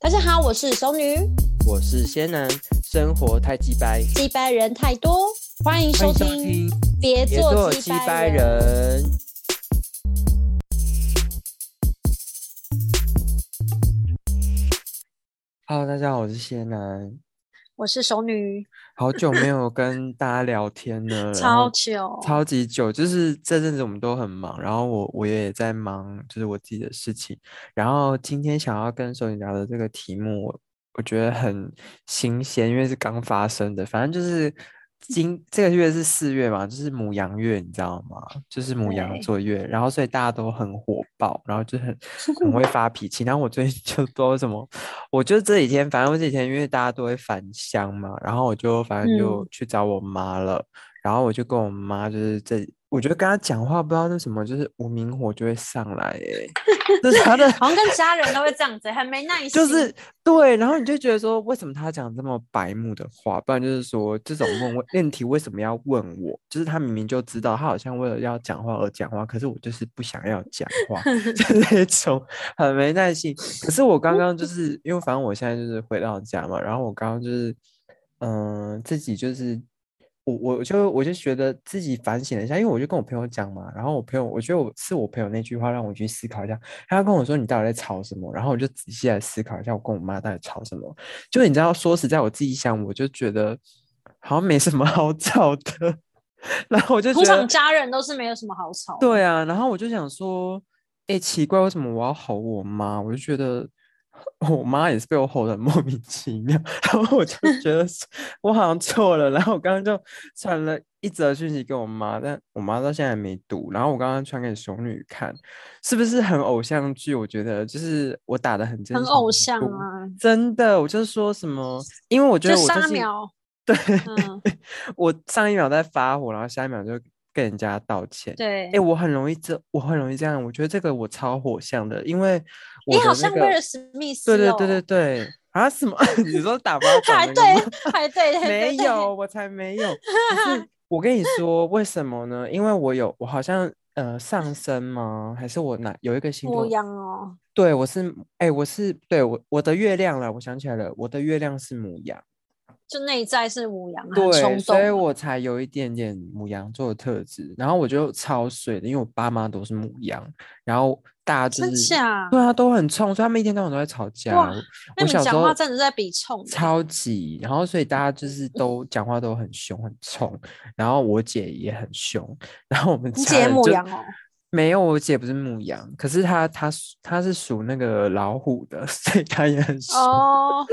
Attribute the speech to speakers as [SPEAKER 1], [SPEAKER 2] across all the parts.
[SPEAKER 1] 大家好，我是熟女，
[SPEAKER 2] 我是仙男，生活太鸡掰，
[SPEAKER 1] 击败人太多，欢迎收
[SPEAKER 2] 欢
[SPEAKER 1] 听，
[SPEAKER 2] 迎收听
[SPEAKER 1] 别
[SPEAKER 2] 别
[SPEAKER 1] 做
[SPEAKER 2] 做
[SPEAKER 1] 击
[SPEAKER 2] 鸡
[SPEAKER 1] 败
[SPEAKER 2] 掰
[SPEAKER 1] 人。
[SPEAKER 2] 人。Hello，大家好，我是仙男，
[SPEAKER 1] 我是熟女，
[SPEAKER 2] 好久没有跟大家聊天了， 然
[SPEAKER 1] 超
[SPEAKER 2] 后
[SPEAKER 1] 久，
[SPEAKER 2] 嗯超级久，就是这阵子我们都很忙，然后我我也在忙，就是我自己的事情。然后今天想要跟手影聊的这个题目，我我觉得很新鲜，因为是刚发生的。反正就是今这个月是四月嘛，就是母羊月，你知道吗？就是母羊
[SPEAKER 1] 对
[SPEAKER 2] 座月，然后所以大家都很火爆，然后就很很会发脾气。然后我最近就不知道为什么，我就这几天，反正我这几天因为大家都会返乡嘛，然后我就反正就
[SPEAKER 1] 嗯
[SPEAKER 2] 去找我妈了。然后我就跟我妈就是这，我觉得跟她讲话不知道为什么，就是无名火就会上来、欸，就是她的
[SPEAKER 1] 好像跟家人都会这样子，很 没耐心。
[SPEAKER 2] 就是对，然后你就觉得说，为什么他讲这么白目的话？不然就是说，这种问 问问题为什么要问我？就是他明明就知道，他好像为了要讲话而讲话，可是我就是不想要讲 话，就是那种很没耐心。可是我刚刚就是因为反正我现在就是回到家嘛，然后我刚刚就是嗯、自己就是。我我就我就觉得自己反省了一下，因为我就跟我朋友讲嘛，然后我朋友我觉得我是我朋友那句话让我去思考一下，他跟我说你到底在吵什么，然后我就仔细来思考一下我跟我妈到底吵什么。就你知道，说实在，我自己想，我就觉得好像没什么好 吵的。然后我就
[SPEAKER 1] 通
[SPEAKER 2] 觉
[SPEAKER 1] 常
[SPEAKER 2] 得，
[SPEAKER 1] 家人都是没有什么好吵。，
[SPEAKER 2] 对啊，然后我就想说，哎、奇怪，为什么我要吼我妈？我就觉得我妈也是被我吼的莫名其妙， 然后我就觉得是我好像错了，然后我刚刚就传了一则讯息给我妈，但我妈到现在还没读，然后我刚刚传给熊女看，是不是很偶像剧？我觉得就是我打的很真，
[SPEAKER 1] 很偶像，啊，
[SPEAKER 2] 真的，我就说什么，因为我觉
[SPEAKER 1] 就
[SPEAKER 2] 得我最
[SPEAKER 1] 沙
[SPEAKER 2] 近
[SPEAKER 1] 苗。
[SPEAKER 2] 对
[SPEAKER 1] 嗯，
[SPEAKER 2] 我上一秒在发火，然后下一秒就跟人家道歉。
[SPEAKER 1] 对
[SPEAKER 2] 哎、。我很容易这，我很容易这样。我觉得这个我超火象的，因为
[SPEAKER 1] 你
[SPEAKER 2] 我的
[SPEAKER 1] 好
[SPEAKER 2] 那
[SPEAKER 1] 像
[SPEAKER 2] 个
[SPEAKER 1] 威尔史密斯
[SPEAKER 2] 对
[SPEAKER 1] 哦，
[SPEAKER 2] 对对对对啊 什么？你说打巴
[SPEAKER 1] 还
[SPEAKER 2] 掌那个吗？
[SPEAKER 1] 对，还哎对，对
[SPEAKER 2] 没，有，
[SPEAKER 1] 对
[SPEAKER 2] 我才没有。可是我跟你说，为什么呢？因为我有，我好像呃上升吗？还是我哪有一个
[SPEAKER 1] 对
[SPEAKER 2] 星
[SPEAKER 1] 不
[SPEAKER 2] 座
[SPEAKER 1] 一？样哦。
[SPEAKER 2] 对，我是哎、我是对我我的月亮了，我想起来了，我的月亮是母羊。
[SPEAKER 1] 就内在是母羊，很
[SPEAKER 2] 对，
[SPEAKER 1] 冲
[SPEAKER 2] 所以
[SPEAKER 1] 动。
[SPEAKER 2] 我才有一点点母羊座的特质，然后我就超水的，因为我爸妈都是母羊，然后大家就
[SPEAKER 1] 真
[SPEAKER 2] 是
[SPEAKER 1] 假？
[SPEAKER 2] 对啊，都很冲，所以他们一天到晚都在吵架。
[SPEAKER 1] 哇
[SPEAKER 2] 我
[SPEAKER 1] 那
[SPEAKER 2] 我
[SPEAKER 1] 你
[SPEAKER 2] 小时
[SPEAKER 1] 讲话
[SPEAKER 2] 候
[SPEAKER 1] 真的嗯在比冲欸
[SPEAKER 2] 超级，然后所以大家就是都讲话都很凶很冲，然后我姐也很凶，然后我们
[SPEAKER 1] 你
[SPEAKER 2] 家
[SPEAKER 1] 姐
[SPEAKER 2] 人
[SPEAKER 1] 母
[SPEAKER 2] 就
[SPEAKER 1] 羊哦，
[SPEAKER 2] 没有，我姐不是母羊，可是她她属她是属那个老虎的， 所以她也很凶。
[SPEAKER 1] 哦，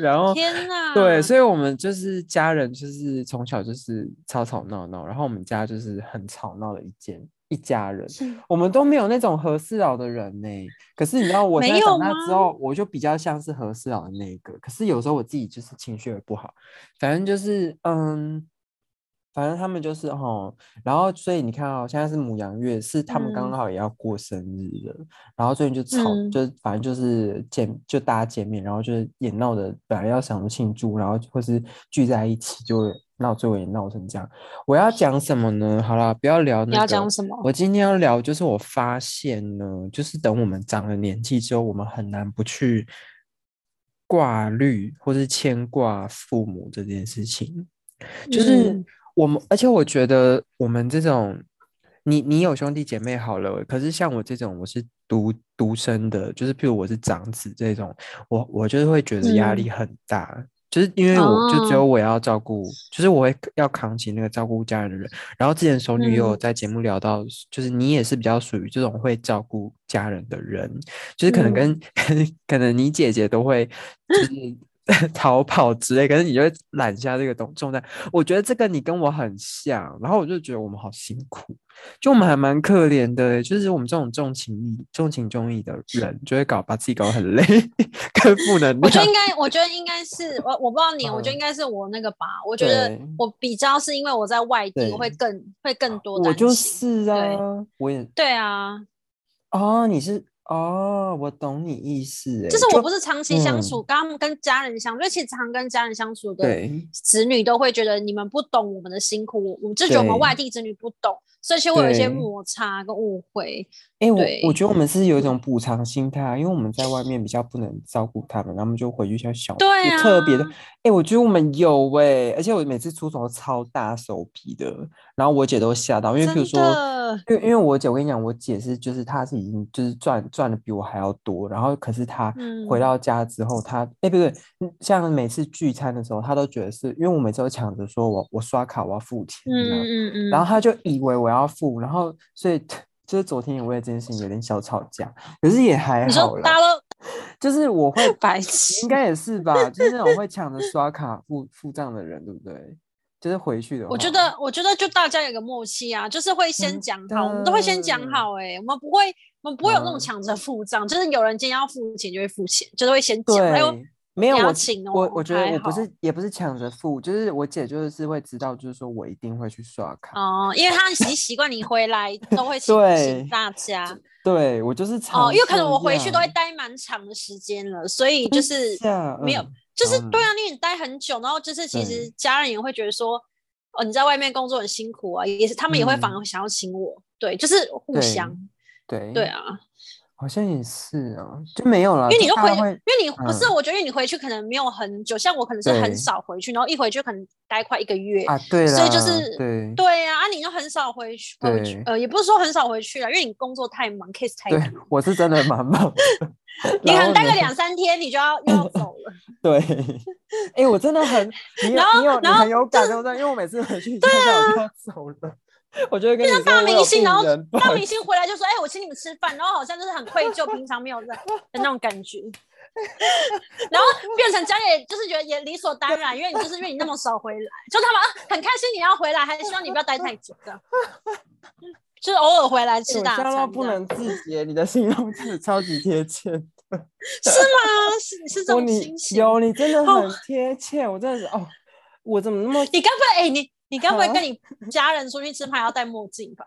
[SPEAKER 2] 然后
[SPEAKER 1] 天哪！
[SPEAKER 2] 对，所以我们就是家人，就是从小就是吵吵闹闹，然后我们家就是很吵闹的一间一家人，我们都没有那种和事佬的人呢、可是你知道，我现
[SPEAKER 1] 没
[SPEAKER 2] 在
[SPEAKER 1] 有
[SPEAKER 2] 长大之
[SPEAKER 1] 吗
[SPEAKER 2] 后，我就比较像是和事佬的那一个。可是有时候我自己就是情绪也不好，反正就是嗯。反正他们就是吼，然后所以你看哦，现在是母羊月，是他们刚
[SPEAKER 1] 嗯
[SPEAKER 2] 好也要过生日了，然后最近就吵，
[SPEAKER 1] 嗯
[SPEAKER 2] 就是反正就是见，就大家见面，然后就是也闹的，本来要想着庆祝，然后或是聚在一起，就会闹，最后也闹成这样。我要讲什么呢？好啦，不要聊
[SPEAKER 1] 你
[SPEAKER 2] 那
[SPEAKER 1] 要
[SPEAKER 2] 个
[SPEAKER 1] 讲。什么？
[SPEAKER 2] 我今天要聊，就是我发现呢，就是等我们长了年纪之后，我们很难不去挂虑或是牵挂父母这件事情。就是
[SPEAKER 1] 嗯
[SPEAKER 2] 我们，而且我觉得我们这种，你你有兄弟姐妹好了，可是像我这种，我是独独生的，就是譬如我是长子这种，我我就是会觉得压
[SPEAKER 1] 嗯
[SPEAKER 2] 力很大，就是因为我就只有
[SPEAKER 1] 哦
[SPEAKER 2] 我要照顾，就是我会要扛起那个照顾家人的人。然后之前熟女也有
[SPEAKER 1] 嗯
[SPEAKER 2] 在节目聊到，就是你也是比较属于这种会照顾家人的人，就是
[SPEAKER 1] 嗯
[SPEAKER 2] 可能跟、 可能你姐姐都会就是 逃跑之类，可是你就会揽下这个重重担。我觉得这个你跟我很像，然后我就觉得我们好辛苦，就我们还蛮可怜的欸、就是我们这种重情义、重情重义的人，就会搞把自己搞得很累跟负能
[SPEAKER 1] 我觉得
[SPEAKER 2] 量
[SPEAKER 1] 应。该，我觉得应该是我，我不知道你，我觉得
[SPEAKER 2] 嗯
[SPEAKER 1] 应该是我那个吧。我觉得
[SPEAKER 2] 对
[SPEAKER 1] 我比较是因为我在外地，
[SPEAKER 2] 对
[SPEAKER 1] 我会更会更多
[SPEAKER 2] 我
[SPEAKER 1] 担
[SPEAKER 2] 就
[SPEAKER 1] 心。
[SPEAKER 2] 是
[SPEAKER 1] 对
[SPEAKER 2] 啊，我也
[SPEAKER 1] 对啊，
[SPEAKER 2] 哦，你是哦，我懂你意思欸，
[SPEAKER 1] 就是我不
[SPEAKER 2] 是
[SPEAKER 1] 是长期
[SPEAKER 2] 嗯
[SPEAKER 1] 相处，跟他们跟家人相处，因为其实常跟家人相处的
[SPEAKER 2] 对
[SPEAKER 1] 子女都会觉得你们不懂我们的辛苦，我们就觉得我们
[SPEAKER 2] 对
[SPEAKER 1] 外地子女不懂，所以其实会有一些
[SPEAKER 2] 对
[SPEAKER 1] 摩擦跟误会。
[SPEAKER 2] 哎、
[SPEAKER 1] 对
[SPEAKER 2] 我我觉得我们是有一种补偿心态啊，因为我们在外面比较不能照顾他们，然后我们就回去像小，
[SPEAKER 1] 对
[SPEAKER 2] 就特别的。
[SPEAKER 1] 啊
[SPEAKER 2] 哎、我觉得我们有哎、而且我每次出手都超大手笔的，然后我姐都吓到，因为比
[SPEAKER 1] 真
[SPEAKER 2] 如说，
[SPEAKER 1] 的，
[SPEAKER 2] 因为因为我姐，我跟你讲，我姐是就是她是已经就是赚赚的比我还要多，然后可是她回
[SPEAKER 1] 嗯
[SPEAKER 2] 到家之后，她哎、不对，嗯像每次聚餐的时候，她都觉得是因为我每次都抢着说我我刷卡我要付钱这样
[SPEAKER 1] 嗯嗯嗯，
[SPEAKER 2] 然后他就以为我要付，然后所以 就是昨天也为了这件事情有点小吵架，可是也还
[SPEAKER 1] 你
[SPEAKER 2] 好
[SPEAKER 1] 说大
[SPEAKER 2] 啦。
[SPEAKER 1] 家都，
[SPEAKER 2] 就是我会
[SPEAKER 1] 白痴
[SPEAKER 2] 应该也是吧，就是那 种会抢着刷卡付付账的人，对不对？就是回去的话，嗯
[SPEAKER 1] 我觉得，我觉得就大家有个默契啊，就是会先
[SPEAKER 2] 真
[SPEAKER 1] 讲好，我们都会先讲
[SPEAKER 2] 的
[SPEAKER 1] 好、欸，我们不会，我们不会有那种
[SPEAKER 2] 嗯
[SPEAKER 1] 抢着付账，就是有人今天要付钱就会付钱，就是会先讲，哎还有
[SPEAKER 2] 对，没有
[SPEAKER 1] 你要
[SPEAKER 2] 我
[SPEAKER 1] 请哦
[SPEAKER 2] 我我觉得
[SPEAKER 1] 还
[SPEAKER 2] 我不是
[SPEAKER 1] 好
[SPEAKER 2] 也不是抢着付，就是我姐就是会知道，就是说我一定会去刷卡，
[SPEAKER 1] 哦、因为他已经习惯你回 来都会请
[SPEAKER 2] 对
[SPEAKER 1] 请大家哦
[SPEAKER 2] 对我就是常
[SPEAKER 1] 哦，因为可能
[SPEAKER 2] 这
[SPEAKER 1] 我回去都会
[SPEAKER 2] 样
[SPEAKER 1] 待蛮长的时间了，所以就是
[SPEAKER 2] 下
[SPEAKER 1] 没有
[SPEAKER 2] 嗯
[SPEAKER 1] 就是
[SPEAKER 2] 嗯
[SPEAKER 1] 对啊，因为你待很久，然后就是其实
[SPEAKER 2] 对
[SPEAKER 1] 家人也会觉得说，哦，你在外面工作很辛苦啊，也是他们也会反
[SPEAKER 2] 嗯
[SPEAKER 1] 而想要请我，对，就是互
[SPEAKER 2] 对
[SPEAKER 1] 相，
[SPEAKER 2] 对
[SPEAKER 1] 对，啊。
[SPEAKER 2] 好像也是啊，就没有了，
[SPEAKER 1] 因为你
[SPEAKER 2] 就
[SPEAKER 1] 就
[SPEAKER 2] 大
[SPEAKER 1] 回，
[SPEAKER 2] 家
[SPEAKER 1] 因
[SPEAKER 2] 会嗯
[SPEAKER 1] 为你不是，我觉得因为你回去可能没有很久，像我可能是很
[SPEAKER 2] 对
[SPEAKER 1] 少回去，然后一回去可能待快一个月。
[SPEAKER 2] 啊，对啦，
[SPEAKER 1] 所以就是
[SPEAKER 2] 对
[SPEAKER 1] 对呀、啊，你就很少回去，回去
[SPEAKER 2] 对
[SPEAKER 1] 呃，也不是说很少回去了，因为你工作太忙，case 太多，
[SPEAKER 2] 对，，我是真的蛮忙的
[SPEAKER 1] 你可
[SPEAKER 2] 然
[SPEAKER 1] 能
[SPEAKER 2] 后
[SPEAKER 1] 待个
[SPEAKER 2] 呢
[SPEAKER 1] 两三天，你就要又要走了。
[SPEAKER 2] 对，哎、我真的很，你
[SPEAKER 1] 然
[SPEAKER 2] 有你有你
[SPEAKER 1] 然后啊
[SPEAKER 2] 很有感动，因为我每次 回去就想要走了，我就会跟你说
[SPEAKER 1] 大
[SPEAKER 2] 我
[SPEAKER 1] 明
[SPEAKER 2] 有
[SPEAKER 1] 星
[SPEAKER 2] 病
[SPEAKER 1] 然后
[SPEAKER 2] 人不
[SPEAKER 1] 大
[SPEAKER 2] 好
[SPEAKER 1] 明星回来就说：“哎、我请你们吃饭。”然后好像就是很愧疚，平常没有的的那种感 觉。然后变成家里就是觉得也理所当然，因为你就是因为你那么少回来，就他们、啊、很开心你要回来，还希望你不要待太久 这样。就是偶尔回来
[SPEAKER 2] 意
[SPEAKER 1] 吃
[SPEAKER 2] 我
[SPEAKER 1] 大
[SPEAKER 2] 笑
[SPEAKER 1] 餐这
[SPEAKER 2] 到
[SPEAKER 1] 样，
[SPEAKER 2] 不能自节，你的形容词超级贴切。
[SPEAKER 1] 是吗？是你是 这
[SPEAKER 2] 我
[SPEAKER 1] 种
[SPEAKER 2] 你
[SPEAKER 1] 心情？
[SPEAKER 2] 有你真的
[SPEAKER 1] 哦
[SPEAKER 2] 很贴切，我真的是哦，我怎么那么
[SPEAKER 1] 你该不会哎、你你该不会
[SPEAKER 2] 啊
[SPEAKER 1] 跟你家人出去吃饭还要戴墨镜 吧？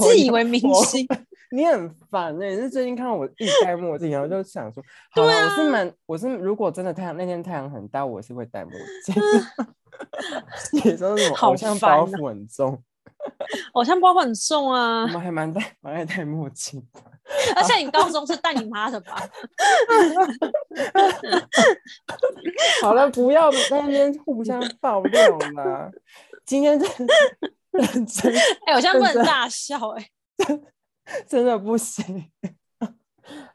[SPEAKER 2] 我
[SPEAKER 1] 自以为明
[SPEAKER 2] 我
[SPEAKER 1] 星，
[SPEAKER 2] 你很烦欸呢、你是最近看到我一直戴墨镜，然后就想说，好
[SPEAKER 1] 对啊
[SPEAKER 2] 啦我是蛮，我是如果真的太阳那天太阳很大，我是会戴墨 镜。 你说什么
[SPEAKER 1] 好
[SPEAKER 2] 偶像
[SPEAKER 1] 烦
[SPEAKER 2] 包
[SPEAKER 1] 啊
[SPEAKER 2] 袱很重，
[SPEAKER 1] 偶像包袱很重啊
[SPEAKER 2] 我。 们还蛮戴 蛮爱戴墨镜的。
[SPEAKER 1] 而且你高中是带你妈的吧？
[SPEAKER 2] 好了，不要在那边互 相爆料啦。今天真的 认真
[SPEAKER 1] 哎、我现在不能
[SPEAKER 2] 认真
[SPEAKER 1] 大笑哎、
[SPEAKER 2] 真的不行。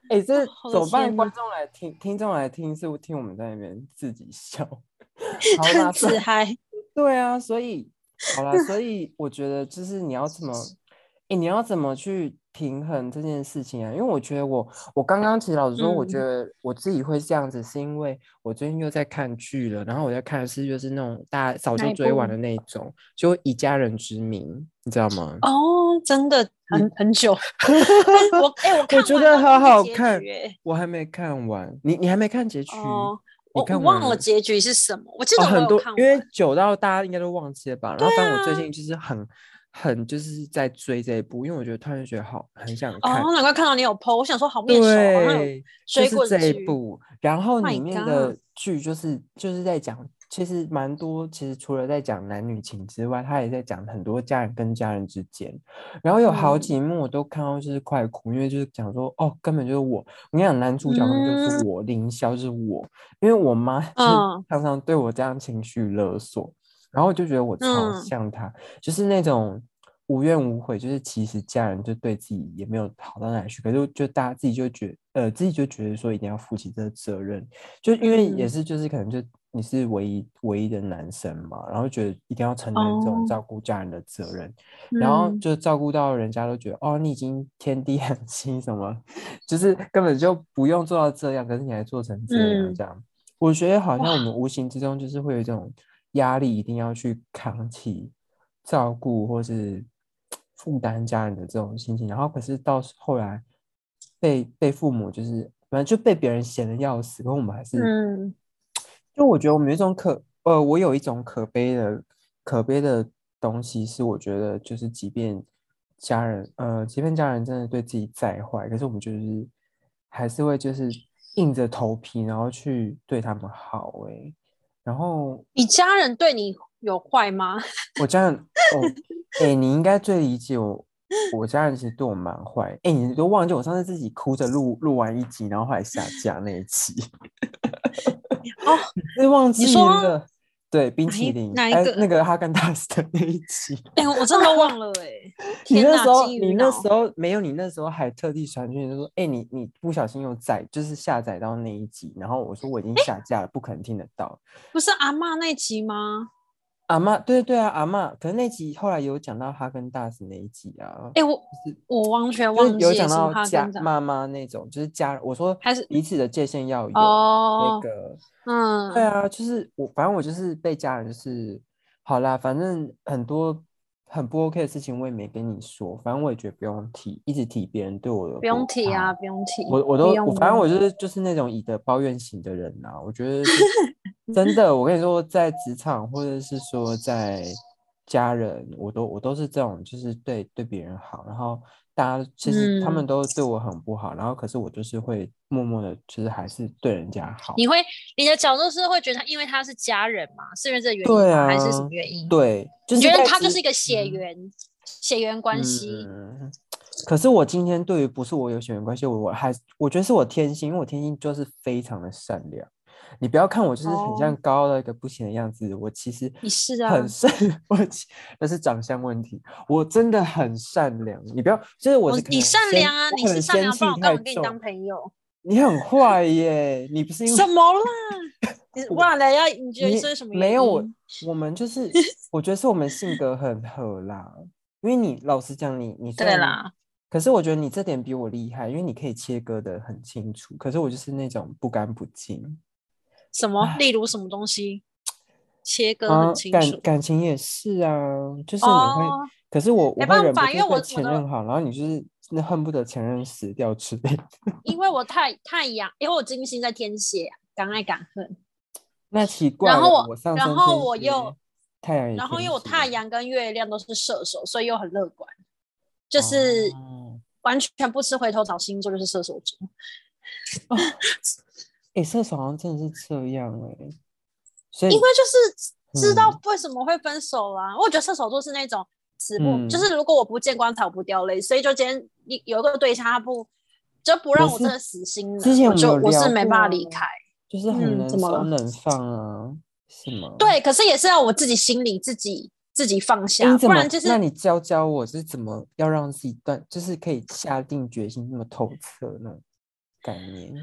[SPEAKER 2] 哎、这
[SPEAKER 1] 我的
[SPEAKER 2] 怎么办？
[SPEAKER 1] 天
[SPEAKER 2] 观
[SPEAKER 1] 哪
[SPEAKER 2] 众来听，听众来听，是听我们在那边自己 笑。好
[SPEAKER 1] 欸，，
[SPEAKER 2] 啦所以
[SPEAKER 1] 自嗨。
[SPEAKER 2] 对啊，所以好 啦，所以我觉得就是你要怎么，诶，你要怎么去平衡这件事情啊？因为我觉得我我刚刚其实老实说，我
[SPEAKER 1] 嗯
[SPEAKER 2] 觉得我自己会这样子，是因为我最近又在看剧了，然后我在看的是就是那种大家早
[SPEAKER 1] 哪
[SPEAKER 2] 就
[SPEAKER 1] 一
[SPEAKER 2] 追完
[SPEAKER 1] 部
[SPEAKER 2] 的那一种，就以家人之名，你知道吗？
[SPEAKER 1] 哦，真的很很久， 我哎、我看
[SPEAKER 2] 觉
[SPEAKER 1] 完
[SPEAKER 2] 得
[SPEAKER 1] 了
[SPEAKER 2] 好
[SPEAKER 1] 忘记
[SPEAKER 2] 好
[SPEAKER 1] 结
[SPEAKER 2] 看
[SPEAKER 1] 局欸
[SPEAKER 2] 我还没看完，你你还没看结局？
[SPEAKER 1] 哦，
[SPEAKER 2] 你
[SPEAKER 1] 我我
[SPEAKER 2] 看
[SPEAKER 1] 忘
[SPEAKER 2] 完
[SPEAKER 1] 了
[SPEAKER 2] 了
[SPEAKER 1] 结局是什么，我记
[SPEAKER 2] 哦，
[SPEAKER 1] 得我
[SPEAKER 2] 很
[SPEAKER 1] 有
[SPEAKER 2] 多
[SPEAKER 1] 看，
[SPEAKER 2] 因
[SPEAKER 1] 完。
[SPEAKER 2] 为久到大家应该都忘记了吧？然后，但我
[SPEAKER 1] 对
[SPEAKER 2] 最
[SPEAKER 1] 啊
[SPEAKER 2] 近就是很很就是在追这一部，因为我觉得突然觉得好很想看。
[SPEAKER 1] 哦，难怪看到你 有 PO，我想说好面熟，好像有
[SPEAKER 2] 对，就
[SPEAKER 1] 追
[SPEAKER 2] 是
[SPEAKER 1] 过
[SPEAKER 2] 这一
[SPEAKER 1] 剧，Oh
[SPEAKER 2] 部。然后
[SPEAKER 1] My
[SPEAKER 2] 里面
[SPEAKER 1] God
[SPEAKER 2] 的剧就是就是在讲，其实蛮多，其实除了在讲男女情之外，他也在讲很多家人跟家人之间。然后有好
[SPEAKER 1] 嗯
[SPEAKER 2] 几幕我都看到就是快哭，因为就是讲说哦，根本就是我。我跟你讲，男主角根本就是我，凌霄就是我，因为我妈 就是
[SPEAKER 1] 嗯
[SPEAKER 2] 常常对我这样情绪勒索，然后我就觉得我超
[SPEAKER 1] 嗯
[SPEAKER 2] 像她，就是那种无怨无悔，就是其实家人就对自己也没有好到哪里去，可是就大家自己就觉呃自己就觉得说一定要负起这个责任，就因为也
[SPEAKER 1] 嗯
[SPEAKER 2] 是就是可能就你是唯一唯一的男生嘛，然后觉得一定要承担这
[SPEAKER 1] 哦
[SPEAKER 2] 种照顾家人的责任，然后
[SPEAKER 1] 嗯
[SPEAKER 2] 就照顾到人家都觉得哦你已经天地良心什么， 就是根本就不用做到这样，可是你还做成这样
[SPEAKER 1] 嗯
[SPEAKER 2] 这样。我觉得好像
[SPEAKER 1] 哇
[SPEAKER 2] 我们无形之中就是会有一种压力，一定要去扛起照顾或是负担家人的这种心情，然后可是到后来被被父母就是反正就被别人嫌的要死，可我们还是、
[SPEAKER 1] 嗯，
[SPEAKER 2] 就我觉得我们有一种可呃，我有一种可悲的可悲的东西是，我觉得就是即便家人呃，即便家人真的对自己再坏，可是我们就是还是会就是硬着头皮，然后去对他们好哎、然后
[SPEAKER 1] 你家人对你有坏吗？
[SPEAKER 2] 我家人，哦，哎、你应该最理解我。我家人其实对我蛮坏，哎、你都忘记我上次自己哭着录录完一集，然后后来下架那一集，
[SPEAKER 1] 哦，
[SPEAKER 2] 你忘记
[SPEAKER 1] 说
[SPEAKER 2] 了？对，冰
[SPEAKER 1] 哪一
[SPEAKER 2] 淇淋，
[SPEAKER 1] 哪一
[SPEAKER 2] 哎
[SPEAKER 1] 个
[SPEAKER 2] 那个哈根达斯的那一 集，
[SPEAKER 1] 哎、我真的忘了哎、
[SPEAKER 2] 你
[SPEAKER 1] 天
[SPEAKER 2] 那
[SPEAKER 1] 哪
[SPEAKER 2] 时候，
[SPEAKER 1] 金鱼
[SPEAKER 2] 你那
[SPEAKER 1] 脑
[SPEAKER 2] 时候没有，你那时候还特地传讯就说，哎、你你不小心有载，就是下载到那一集，然后我说我已经下架了，不可能听得到。
[SPEAKER 1] 不是阿嬷那集吗？
[SPEAKER 2] 阿妈，对对啊，阿妈，可是那集后来有讲到哈根达斯那一集啊，
[SPEAKER 1] 哎、我
[SPEAKER 2] 就是
[SPEAKER 1] 我完全
[SPEAKER 2] 就是
[SPEAKER 1] 忘记
[SPEAKER 2] 有
[SPEAKER 1] 了
[SPEAKER 2] 讲
[SPEAKER 1] 是
[SPEAKER 2] 到
[SPEAKER 1] 他
[SPEAKER 2] 家
[SPEAKER 1] 跟长
[SPEAKER 2] 妈妈那种，就是家，我说
[SPEAKER 1] 还是
[SPEAKER 2] 彼此的界限要有那
[SPEAKER 1] 哦，
[SPEAKER 2] 个，
[SPEAKER 1] 嗯，
[SPEAKER 2] 对啊，就是我，反正我就是被家人就是，好啦，反正很多很不 OK 的事情我也没跟你说，反正我也觉得不用提，一直提别人对我的
[SPEAKER 1] 不用
[SPEAKER 2] 不
[SPEAKER 1] 提
[SPEAKER 2] 好
[SPEAKER 1] 啊，，不用提，
[SPEAKER 2] 我我
[SPEAKER 1] 不
[SPEAKER 2] 都我
[SPEAKER 1] 用
[SPEAKER 2] 反正
[SPEAKER 1] 不
[SPEAKER 2] 我
[SPEAKER 1] 用
[SPEAKER 2] 就是就是那种以德报怨型的人呐、我觉得就是 真的，我跟你说，在职场或者是说在家人，我都我都是这种，就是对对别人好，然后大家其实他们
[SPEAKER 1] 嗯
[SPEAKER 2] 都对我很不好，然后可是我就是会默默的，就是还是对人家好。
[SPEAKER 1] 你会你的角度是会觉得他，因为他是家人嘛，是因为这个原因
[SPEAKER 2] 对
[SPEAKER 1] 吗
[SPEAKER 2] 啊，
[SPEAKER 1] 还是什么原因？，
[SPEAKER 2] 对，就
[SPEAKER 1] 你
[SPEAKER 2] 是
[SPEAKER 1] 觉
[SPEAKER 2] 在
[SPEAKER 1] 得他就
[SPEAKER 2] 职
[SPEAKER 1] 是一个血
[SPEAKER 2] 嗯
[SPEAKER 1] 缘、血缘关系？
[SPEAKER 2] 嗯，可是我今天对于不是我有血缘关系，我我还我觉得是我天性，因为我天性就是非常的善良。你不要看我就是很像
[SPEAKER 1] 哦
[SPEAKER 2] 高傲到一个不行的样子，我其实
[SPEAKER 1] 你是啊
[SPEAKER 2] 很善， 我其那是长相问题，我真的很善良。你不要，就是我
[SPEAKER 1] 我
[SPEAKER 2] 是可
[SPEAKER 1] 你
[SPEAKER 2] 能
[SPEAKER 1] 善
[SPEAKER 2] 先
[SPEAKER 1] 良啊，
[SPEAKER 2] 我
[SPEAKER 1] 你
[SPEAKER 2] 可
[SPEAKER 1] 是
[SPEAKER 2] 能
[SPEAKER 1] 善
[SPEAKER 2] 仙
[SPEAKER 1] 良，不然我
[SPEAKER 2] 气
[SPEAKER 1] 干嘛跟你
[SPEAKER 2] 太
[SPEAKER 1] 当
[SPEAKER 2] 重，
[SPEAKER 1] 朋友？
[SPEAKER 2] 你很 坏耶，你不 是因为
[SPEAKER 1] 什么啦？你
[SPEAKER 2] 我
[SPEAKER 1] 忘了要？你觉得
[SPEAKER 2] 你
[SPEAKER 1] 这是什么原因？
[SPEAKER 2] 没有我，我们就是，我觉得是我们性格很合啦。因为你老实讲，你你虽
[SPEAKER 1] 对
[SPEAKER 2] 然你
[SPEAKER 1] 啦，
[SPEAKER 2] 可是我觉得你这点比我厉害，因为你可以切割的很清楚。可是我就是那种不干不净，
[SPEAKER 1] 什么？例如什么东西？切割
[SPEAKER 2] 啊
[SPEAKER 1] 很，清楚
[SPEAKER 2] 感。感情也是啊，就是你会，
[SPEAKER 1] 哦，
[SPEAKER 2] 可是我我
[SPEAKER 1] 没
[SPEAKER 2] 会
[SPEAKER 1] 办
[SPEAKER 2] 忍不
[SPEAKER 1] 法因为
[SPEAKER 2] 住
[SPEAKER 1] 我
[SPEAKER 2] 对
[SPEAKER 1] 我
[SPEAKER 2] 前
[SPEAKER 1] 的
[SPEAKER 2] 任好，然后你就是那恨不得前任死掉之类的。
[SPEAKER 1] 因为我太太阳，因为我金星在天蝎，啊敢爱敢恨。
[SPEAKER 2] 那奇怪了，
[SPEAKER 1] 后我
[SPEAKER 2] 上
[SPEAKER 1] 然
[SPEAKER 2] 升
[SPEAKER 1] 后
[SPEAKER 2] 天
[SPEAKER 1] 我
[SPEAKER 2] 蝎
[SPEAKER 1] 又
[SPEAKER 2] 太阳也
[SPEAKER 1] 然后因
[SPEAKER 2] 天
[SPEAKER 1] 为我
[SPEAKER 2] 蝎
[SPEAKER 1] 太阳跟月亮都是射手，所以又很乐观，就是
[SPEAKER 2] 哦
[SPEAKER 1] 完全不吃回头草，星座就是射手座。
[SPEAKER 2] 哎、射手好像真的是这样哎、所以
[SPEAKER 1] 因为就是知道
[SPEAKER 2] 嗯
[SPEAKER 1] 为什么会分手啦、我觉得射手座是那种死不，
[SPEAKER 2] 嗯
[SPEAKER 1] 就是如果我不见棺材我不掉泪，所以就今天一有一个对象他不就不让
[SPEAKER 2] 我
[SPEAKER 1] 我
[SPEAKER 2] 是
[SPEAKER 1] 真的死心了，
[SPEAKER 2] 之前
[SPEAKER 1] 我
[SPEAKER 2] 我
[SPEAKER 1] 就
[SPEAKER 2] 们有
[SPEAKER 1] 我是
[SPEAKER 2] 聊
[SPEAKER 1] 没
[SPEAKER 2] 过
[SPEAKER 1] 办
[SPEAKER 2] 啊
[SPEAKER 1] 法离开。
[SPEAKER 2] 就是
[SPEAKER 1] 嗯
[SPEAKER 2] 很能
[SPEAKER 1] 怎么了
[SPEAKER 2] 收能放啊，是吗？
[SPEAKER 1] 对，可是也是要我自己心里自己自己放
[SPEAKER 2] 诶，
[SPEAKER 1] 下，
[SPEAKER 2] 你怎
[SPEAKER 1] 不
[SPEAKER 2] 么？
[SPEAKER 1] 然就是
[SPEAKER 2] 那你教教我，就是怎么要让自己断，就是可以下定决心那么透彻那种概念？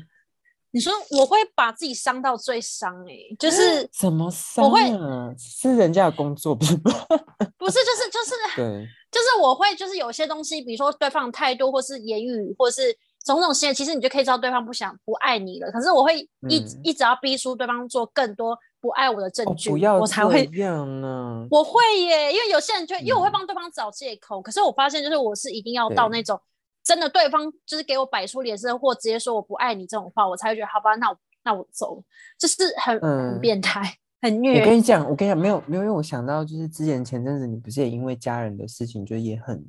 [SPEAKER 1] 你说我会把自己伤到最伤哎、就是
[SPEAKER 2] 怎么上
[SPEAKER 1] 我会
[SPEAKER 2] 啊？是人家的工作不是吗？
[SPEAKER 1] 不是就是就是
[SPEAKER 2] 对，
[SPEAKER 1] 就是我会就是有些东西，比如说对方的态度，或是言语，或是种种行为，其实你就可以知道对方不想不爱你了。可是我会一、
[SPEAKER 2] 嗯
[SPEAKER 1] 一直要逼出对方做更多不爱我的证
[SPEAKER 2] 哦，
[SPEAKER 1] 据，
[SPEAKER 2] 不要
[SPEAKER 1] 我才会
[SPEAKER 2] 这。样啊！
[SPEAKER 1] 我会耶，因为有些人就因为我会
[SPEAKER 2] 嗯
[SPEAKER 1] 帮对方找借口，可是我发现就是我是一定要到
[SPEAKER 2] 对
[SPEAKER 1] 那种真的对方就是给我摆出脸色，或直接说我不爱你这种话，我才会觉得好吧，那我那我走，就是很、
[SPEAKER 2] 嗯
[SPEAKER 1] 很变态，很
[SPEAKER 2] 我
[SPEAKER 1] 虐
[SPEAKER 2] 跟。你讲，我跟你讲，没有没有，因为我想到就是之前前阵子你不是也因为家人的事情，就也很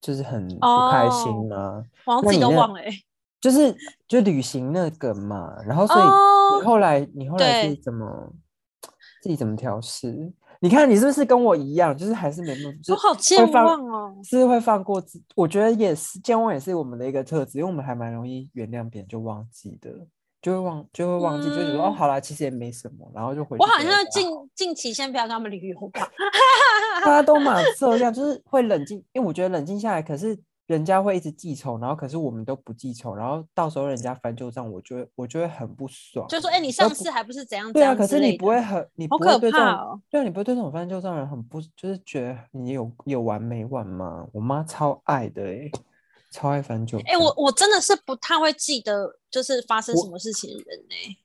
[SPEAKER 2] 就是很不开心
[SPEAKER 1] 哦
[SPEAKER 2] 吗？
[SPEAKER 1] 我好像
[SPEAKER 2] 那
[SPEAKER 1] 自己
[SPEAKER 2] 你
[SPEAKER 1] 都
[SPEAKER 2] 那
[SPEAKER 1] 忘了欸耶。
[SPEAKER 2] 就是就旅行那个嘛，然后所以
[SPEAKER 1] 哦
[SPEAKER 2] 你后来你后来自
[SPEAKER 1] 对
[SPEAKER 2] 己怎么自己怎么调试？你看你是不是跟我一样，就是还是没办法，就
[SPEAKER 1] 我
[SPEAKER 2] 是
[SPEAKER 1] 好健
[SPEAKER 2] 会放
[SPEAKER 1] 忘哦。
[SPEAKER 2] 是会放过自，我觉得也是健忘也是我们的一个特质，因为我们还蛮容易原谅别人就忘记的，就会忘就会忘记，就觉得哦
[SPEAKER 1] 嗯
[SPEAKER 2] 好啦，其实也没什么，然后就回去
[SPEAKER 1] 我好
[SPEAKER 2] 觉得啊
[SPEAKER 1] 像
[SPEAKER 2] 哇
[SPEAKER 1] 近近期先不要跟他们旅游吧。
[SPEAKER 2] 大家都 嘛这样，就是会冷静，因为我觉得冷静下来，可是人家会一直记仇，然后可是我们都不记仇，然后到时候人家翻旧账，我就会我就会很不爽，
[SPEAKER 1] 就说，哎、你
[SPEAKER 2] 而
[SPEAKER 1] 上
[SPEAKER 2] 哦不
[SPEAKER 1] 次还不是怎样怎
[SPEAKER 2] 对啊，
[SPEAKER 1] 样
[SPEAKER 2] 可
[SPEAKER 1] 之
[SPEAKER 2] 是你
[SPEAKER 1] 类的。
[SPEAKER 2] 不会很，你
[SPEAKER 1] 好
[SPEAKER 2] 不会
[SPEAKER 1] 可
[SPEAKER 2] 对这种，
[SPEAKER 1] 怕哦
[SPEAKER 2] 对啊，你不会对这种翻旧账的人很不，就是觉得你有有完没完吗？我妈超爱的欸，超爱翻旧账。
[SPEAKER 1] 哎、我我真的是不太会记得，就是发生
[SPEAKER 2] 我
[SPEAKER 1] 什么事情的人呢、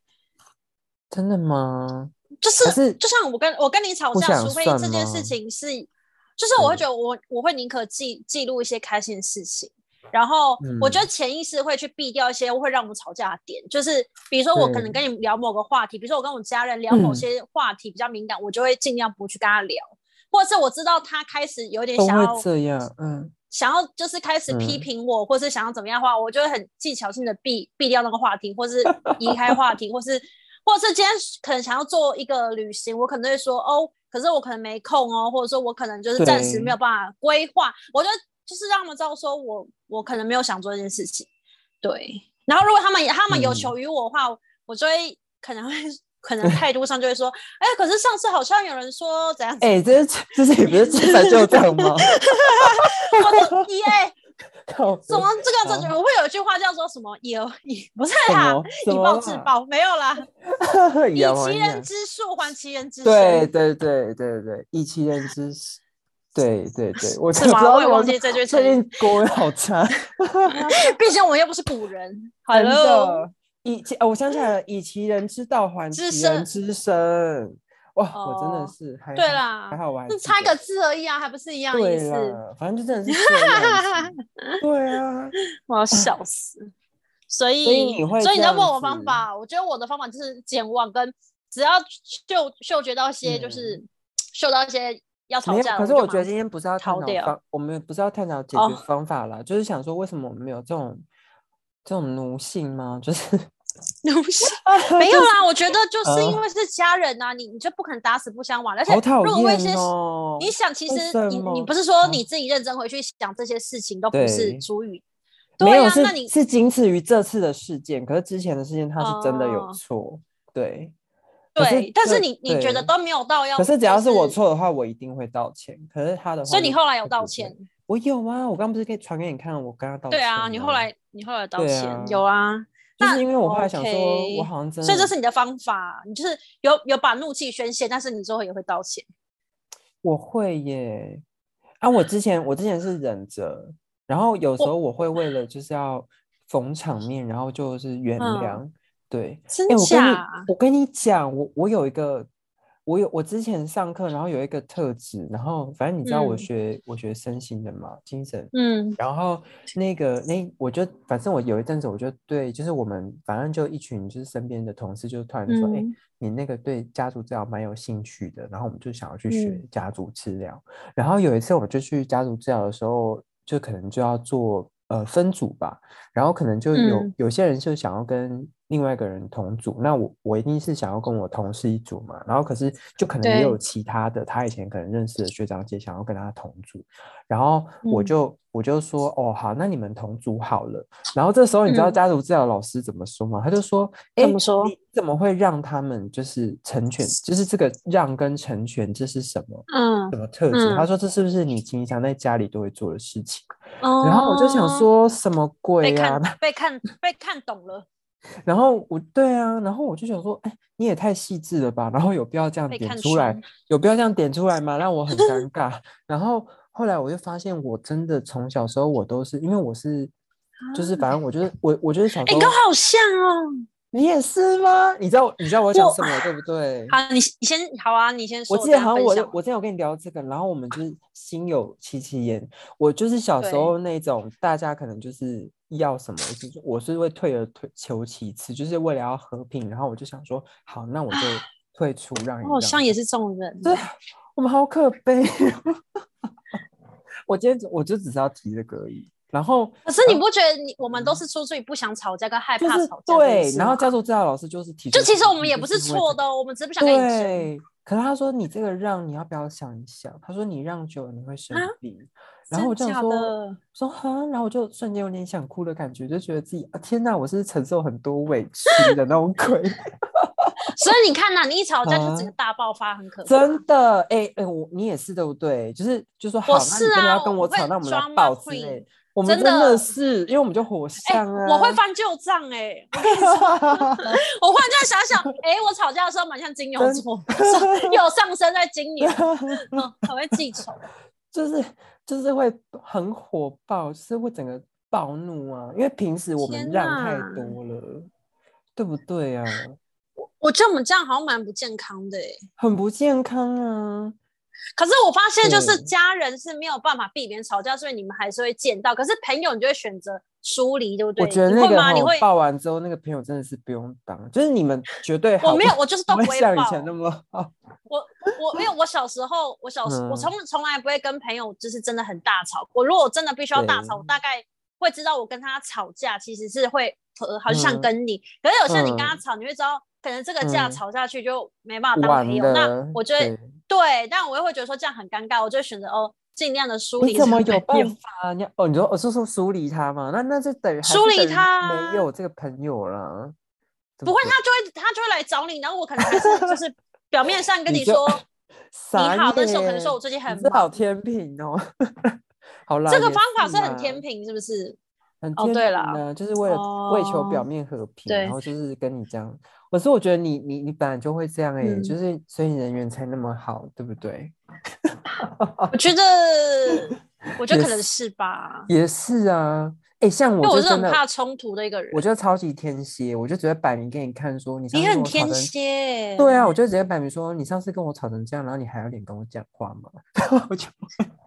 [SPEAKER 2] 真的吗？
[SPEAKER 1] 就是
[SPEAKER 2] 可是
[SPEAKER 1] 就像我跟我跟你吵
[SPEAKER 2] 不
[SPEAKER 1] 架，
[SPEAKER 2] 想
[SPEAKER 1] 除非
[SPEAKER 2] 算
[SPEAKER 1] 这件事
[SPEAKER 2] 吗
[SPEAKER 1] 情是，就是我会
[SPEAKER 2] 嗯
[SPEAKER 1] 觉得我我会宁可记记录一些开心的事情，然后
[SPEAKER 2] 嗯
[SPEAKER 1] 我觉得潜意识会去避掉一些会让我们吵架的点，就是比如说我可能跟你聊某个话题，比如说我跟我家人聊某
[SPEAKER 2] 嗯
[SPEAKER 1] 些话题比较敏感，我就会尽量不去跟他聊，或者是我知道他开始有点
[SPEAKER 2] 都
[SPEAKER 1] 想
[SPEAKER 2] 会
[SPEAKER 1] 要
[SPEAKER 2] 这样，嗯，
[SPEAKER 1] 想要就是开始批
[SPEAKER 2] 嗯
[SPEAKER 1] 评我，或是想要怎么样的话，我就会很技巧性的避避掉那个话题，或 是移开话题，或是或是今天可能想要做一个旅行，我可能会说哦，可是我可能没空哦，或者说我可能就是暂时
[SPEAKER 2] 对
[SPEAKER 1] 没有办法规划，我就就是让他们知道说我我可能没有想做这件事情，对。然后如果他们他们有
[SPEAKER 2] 嗯
[SPEAKER 1] 求于我的话，我就会可能会 可能态度上就会说，哎、可是上次好像有人说怎样怎样
[SPEAKER 2] 哎、这是这是你不是正在就这样吗？
[SPEAKER 1] 我就耶，
[SPEAKER 2] 靠
[SPEAKER 1] 怎么这个
[SPEAKER 2] 好
[SPEAKER 1] 这种会有一句话叫做什么“以以不是
[SPEAKER 2] 什
[SPEAKER 1] 啦，
[SPEAKER 2] 么
[SPEAKER 1] 以
[SPEAKER 2] 什
[SPEAKER 1] 暴
[SPEAKER 2] 么
[SPEAKER 1] 制
[SPEAKER 2] 啦
[SPEAKER 1] 暴”没有啦，
[SPEAKER 2] 么
[SPEAKER 1] 以其人之术还其人之身。
[SPEAKER 2] 对对对对对，以其人 之实，对对对，我
[SPEAKER 1] 是
[SPEAKER 2] 真的
[SPEAKER 1] 吗
[SPEAKER 2] 不知道
[SPEAKER 1] 我也
[SPEAKER 2] 怎么
[SPEAKER 1] 忘
[SPEAKER 2] 说
[SPEAKER 1] 记这句成
[SPEAKER 2] 最近国文好差，
[SPEAKER 1] 毕竟我们又不是古人。
[SPEAKER 2] 真
[SPEAKER 1] Hello，
[SPEAKER 2] 的。以其、哦、我想 起来了，以其人之道还
[SPEAKER 1] 之
[SPEAKER 2] 其
[SPEAKER 1] 身
[SPEAKER 2] 人之身。哇，我真
[SPEAKER 1] 哦
[SPEAKER 2] 的是还
[SPEAKER 1] 对
[SPEAKER 2] 好
[SPEAKER 1] 啦
[SPEAKER 2] 还好我还
[SPEAKER 1] 是
[SPEAKER 2] 记
[SPEAKER 1] 差
[SPEAKER 2] 得
[SPEAKER 1] 个字而已啊，还不是一样意
[SPEAKER 2] 对
[SPEAKER 1] 思？
[SPEAKER 2] 啦，反正就真的是这 样子。对啊，
[SPEAKER 1] 我要笑死。所以，
[SPEAKER 2] 所以你会
[SPEAKER 1] 所以你
[SPEAKER 2] 这
[SPEAKER 1] 在问
[SPEAKER 2] 样
[SPEAKER 1] 我方
[SPEAKER 2] 子
[SPEAKER 1] 法，我觉得我的方法就是健忘，跟只要嗅嗅觉到一些，就是嗅到一些要
[SPEAKER 2] 嗯没
[SPEAKER 1] 吵
[SPEAKER 2] 有。
[SPEAKER 1] 架了就马上。
[SPEAKER 2] 可是我觉得今天不是要探
[SPEAKER 1] 逃
[SPEAKER 2] 讨
[SPEAKER 1] 掉
[SPEAKER 2] 方，我们不是要探讨解
[SPEAKER 1] 哦
[SPEAKER 2] 决方法啦，就是想说为什么我们有这种这种奴性吗？ 就是
[SPEAKER 1] 没有啦，我觉得就是因
[SPEAKER 2] 啊
[SPEAKER 1] 为是家人呐、你你就不可能打死不相往来，而且
[SPEAKER 2] 好讨
[SPEAKER 1] 如果为一些
[SPEAKER 2] 厌哦。
[SPEAKER 1] 你想，其
[SPEAKER 2] 为
[SPEAKER 1] 实
[SPEAKER 2] 什
[SPEAKER 1] 你你
[SPEAKER 2] 么
[SPEAKER 1] 不是说
[SPEAKER 2] 嗯
[SPEAKER 1] 你自己认真回去想这些事情都不是
[SPEAKER 2] 对
[SPEAKER 1] 主语，
[SPEAKER 2] 没
[SPEAKER 1] 对
[SPEAKER 2] 有
[SPEAKER 1] 啊，
[SPEAKER 2] 是
[SPEAKER 1] 那你
[SPEAKER 2] 是仅此于这次的事件，可是之前的事件他是真的有
[SPEAKER 1] 哦
[SPEAKER 2] 错，对。可是
[SPEAKER 1] 对，但是
[SPEAKER 2] 这
[SPEAKER 1] 你你觉得
[SPEAKER 2] 对
[SPEAKER 1] 都没有到要，
[SPEAKER 2] 可是只要
[SPEAKER 1] 是
[SPEAKER 2] 是我，错的话，我一定会道歉。可是他的话就，
[SPEAKER 1] 所以你后来有
[SPEAKER 2] 就
[SPEAKER 1] 道
[SPEAKER 2] 不会
[SPEAKER 1] 歉？，
[SPEAKER 2] 我有啊，我刚不是可以传给你看，我跟他道歉
[SPEAKER 1] 对
[SPEAKER 2] 吗。
[SPEAKER 1] 啊，你后来你后来道
[SPEAKER 2] 对
[SPEAKER 1] 歉
[SPEAKER 2] 啊
[SPEAKER 1] 有啊，
[SPEAKER 2] 就
[SPEAKER 1] 那
[SPEAKER 2] 是因为我后来想说，
[SPEAKER 1] ，OK
[SPEAKER 2] 我好像真的，
[SPEAKER 1] 所以这是你的方法，你就是有有把怒气宣泄，但是你之后也会道歉，
[SPEAKER 2] 我会耶。啊，我之前我之前是忍着，然后有时候我会为了就是要逢场面，然后就是原
[SPEAKER 1] 嗯
[SPEAKER 2] 谅。对，
[SPEAKER 1] 真
[SPEAKER 2] 哎、我跟你
[SPEAKER 1] 假？
[SPEAKER 2] 我跟你讲，我我有一个，我有我之前上课，然后有一个特质，然后反正你知道我
[SPEAKER 1] 嗯
[SPEAKER 2] 学、我学身心的嘛，精神
[SPEAKER 1] 嗯
[SPEAKER 2] 然后那个那我就反正我有一阵子我就对，就是我们反正就一群就是身边的同事就突然说，哎、
[SPEAKER 1] 嗯
[SPEAKER 2] 你那个对家族治疗蛮有兴趣的，然后我们就想要去学
[SPEAKER 1] 嗯
[SPEAKER 2] 家族治疗。然后有一次我们就去家族治疗的时候，就可能就要做呃分组吧，然后可能就有、
[SPEAKER 1] 嗯
[SPEAKER 2] 有些人就想要跟另外一个人同组，那我我一定是想要跟我同事一组嘛，然后可是就可能也
[SPEAKER 1] 对
[SPEAKER 2] 有其他的他以前可能认识的学长姐想要跟他同组，然后我
[SPEAKER 1] 嗯
[SPEAKER 2] 就、我就说哦好，那你们同组好了。然后这时候你知道
[SPEAKER 1] 嗯
[SPEAKER 2] 家族治疗老师怎么说吗？他就说，
[SPEAKER 1] 怎
[SPEAKER 2] 哎，
[SPEAKER 1] 么说
[SPEAKER 2] 你怎么会让他们就是成全，就是这个让跟成全这是什么
[SPEAKER 1] 嗯，
[SPEAKER 2] 什么特质？他
[SPEAKER 1] 嗯
[SPEAKER 2] 说这是不是你平常在家里都会做的事情？
[SPEAKER 1] 然
[SPEAKER 2] 然后我就想说什么鬼
[SPEAKER 1] 哦被
[SPEAKER 2] 呀、
[SPEAKER 1] 看被看被看懂了。
[SPEAKER 2] 然后我对啊，然后我就想说，哎，你也太细致了吧？然 后有必要这样
[SPEAKER 1] 被
[SPEAKER 2] 点
[SPEAKER 1] 看
[SPEAKER 2] 出来
[SPEAKER 1] 穿，
[SPEAKER 2] 有必要这样点出来吗？让我 很尴尬。然后后来我就发现，我真的从小时候我都是，因为我是，就是反正我就是我，我就是小时
[SPEAKER 1] 哎、
[SPEAKER 2] 候
[SPEAKER 1] 你，跟我啊好像哦。
[SPEAKER 2] 你也是吗？你知道你知道我在讲
[SPEAKER 1] 我
[SPEAKER 2] 什么对不对？
[SPEAKER 1] 好，你你先好啊，你先说。
[SPEAKER 2] 我记得好像
[SPEAKER 1] 等一下分
[SPEAKER 2] 我有
[SPEAKER 1] 享
[SPEAKER 2] 我之前有跟你聊这个，然后我们就是心有戚戚焉。我就是小时
[SPEAKER 1] 对
[SPEAKER 2] 候那种，大家可能就是要什么，就是我是会退而退求其次，就是为了要和平。然后我就想说，好，那我就退出，让你
[SPEAKER 1] 啊我好
[SPEAKER 2] 让
[SPEAKER 1] 像也是这种人。
[SPEAKER 2] 对，我们好可悲哦。 我今天只我就只是要提这个而已。然后
[SPEAKER 1] 可是你不觉得你我们都是出自于不想吵架跟害
[SPEAKER 2] 就
[SPEAKER 1] 怕
[SPEAKER 2] 是
[SPEAKER 1] 吵架这件
[SPEAKER 2] 对，
[SPEAKER 1] 事
[SPEAKER 2] 然后
[SPEAKER 1] 吗
[SPEAKER 2] 家族治疗老师就是提出
[SPEAKER 1] 就
[SPEAKER 2] 这个意见，
[SPEAKER 1] 其实我们也不是
[SPEAKER 2] 就因为
[SPEAKER 1] 错
[SPEAKER 2] 这
[SPEAKER 1] 的
[SPEAKER 2] 个
[SPEAKER 1] 哦，我们只是不想跟你争。
[SPEAKER 2] 对，可是他说你这个让你要不要想一想？他说你让久了你会生
[SPEAKER 1] 啊
[SPEAKER 2] 病。然后我这
[SPEAKER 1] 真假
[SPEAKER 2] 样说，
[SPEAKER 1] 的
[SPEAKER 2] 说哈，然后我就瞬间有点想哭的感觉，就觉得自己啊天哪，我是承受很多委屈的那种 鬼，
[SPEAKER 1] 所以你看呐、你一吵架就整
[SPEAKER 2] 啊
[SPEAKER 1] 个大爆发，很可怕。
[SPEAKER 2] 真的，哎、哎、我你也是对不对？就是就说好，那你
[SPEAKER 1] 是
[SPEAKER 2] 真的
[SPEAKER 1] 啊
[SPEAKER 2] 要跟
[SPEAKER 1] 我
[SPEAKER 2] 我
[SPEAKER 1] 会
[SPEAKER 2] 吵，那我们来
[SPEAKER 1] drama
[SPEAKER 2] 爆之
[SPEAKER 1] queen，
[SPEAKER 2] 类。我们
[SPEAKER 1] 真
[SPEAKER 2] 真的
[SPEAKER 1] 的
[SPEAKER 2] 是，因为我们就火
[SPEAKER 1] 哎、
[SPEAKER 2] 象啊，啊
[SPEAKER 1] 我会翻旧账哎、我忽然间想 想，哎、我吵架的时候蛮像金牛
[SPEAKER 2] 真
[SPEAKER 1] 座，上 有上升在金 牛，嗯，很会记仇。
[SPEAKER 2] 就是就是会很火爆，就是会整个暴怒啊，因为平时我们
[SPEAKER 1] 天
[SPEAKER 2] 让太
[SPEAKER 1] 哪
[SPEAKER 2] 多了，对不对啊？
[SPEAKER 1] 我觉得我们这样好像蛮不健康的哎、
[SPEAKER 2] 很不健康啊。
[SPEAKER 1] 可是我发现，就是
[SPEAKER 2] 对
[SPEAKER 1] 家人是没有办法避免吵架，所以你们还是会见到。可是朋友，你就会选择疏离，对不对？
[SPEAKER 2] 我觉得
[SPEAKER 1] 你
[SPEAKER 2] 那
[SPEAKER 1] 会
[SPEAKER 2] 个
[SPEAKER 1] 吗？你
[SPEAKER 2] 吼
[SPEAKER 1] 会？
[SPEAKER 2] 抱完之后，那个朋友真的是不用当，就是你们绝对好
[SPEAKER 1] 我没有，我就是都
[SPEAKER 2] 不
[SPEAKER 1] 不
[SPEAKER 2] 会
[SPEAKER 1] 会
[SPEAKER 2] 像以
[SPEAKER 1] 抱。
[SPEAKER 2] 前那么好。
[SPEAKER 1] 我我因为我小时候，我小时、
[SPEAKER 2] 嗯
[SPEAKER 1] 我从从来不会跟朋友就是真的很大吵。我如果真的必须要大吵，
[SPEAKER 2] 对
[SPEAKER 1] 我大概会知道我跟他吵架其实是会呃好像
[SPEAKER 2] 嗯
[SPEAKER 1] 跟你，可是有些你跟他
[SPEAKER 2] 嗯
[SPEAKER 1] 吵，你会知道可能这个架
[SPEAKER 2] 嗯
[SPEAKER 1] 吵下去就没办法当
[SPEAKER 2] 完
[SPEAKER 1] 朋友。那
[SPEAKER 2] 了
[SPEAKER 1] 我觉得
[SPEAKER 2] 对
[SPEAKER 1] 对，但我也会觉得说这样很尴尬，我就会选择哦尽量的疏离。
[SPEAKER 2] 你怎么有
[SPEAKER 1] 朋友
[SPEAKER 2] 办法？你要哦，你说我是说疏离他吗？那那就等于还是
[SPEAKER 1] 疏离
[SPEAKER 2] 等于
[SPEAKER 1] 他
[SPEAKER 2] 没有这个朋友啦。对
[SPEAKER 1] 不会，啊
[SPEAKER 2] 对
[SPEAKER 1] 他就会他就会来找你，然后我可能还 是就是表面上跟
[SPEAKER 2] 你
[SPEAKER 1] 你
[SPEAKER 2] 就
[SPEAKER 1] 说 你
[SPEAKER 2] 傻
[SPEAKER 1] 好，但是我可能
[SPEAKER 2] 眼
[SPEAKER 1] 说我最近很
[SPEAKER 2] 你这好
[SPEAKER 1] 忙。
[SPEAKER 2] 天平哦， 好啦，
[SPEAKER 1] 这个
[SPEAKER 2] 也
[SPEAKER 1] 方法
[SPEAKER 2] 是
[SPEAKER 1] 是很
[SPEAKER 2] 啦
[SPEAKER 1] 天，平，是不是？
[SPEAKER 2] 很
[SPEAKER 1] 哦
[SPEAKER 2] 天
[SPEAKER 1] 对
[SPEAKER 2] 平
[SPEAKER 1] 啦
[SPEAKER 2] 啊，就是为了为求表
[SPEAKER 1] 哦
[SPEAKER 2] 面和平，
[SPEAKER 1] 对
[SPEAKER 2] 然后就是跟你这样。可是我觉得你你你本来就会这样哎、
[SPEAKER 1] 嗯
[SPEAKER 2] 就是所以你人缘才那么好，对不对？
[SPEAKER 1] 我觉得，我觉得
[SPEAKER 2] 哦 也
[SPEAKER 1] 可能是吧，
[SPEAKER 2] 也是啊，哎、像我
[SPEAKER 1] 因为我
[SPEAKER 2] 就是真
[SPEAKER 1] 很
[SPEAKER 2] 的，
[SPEAKER 1] 怕冲突的一个人。
[SPEAKER 2] 我就超级天蝎，我就直接摆明给你看说你上
[SPEAKER 1] 你
[SPEAKER 2] 次跟
[SPEAKER 1] 很
[SPEAKER 2] 我吵
[SPEAKER 1] 天
[SPEAKER 2] 成
[SPEAKER 1] 蝎，
[SPEAKER 2] 对啊，我。就直接摆明说，你上次跟我吵成这样，然后你还有脸跟我讲话吗？ 我就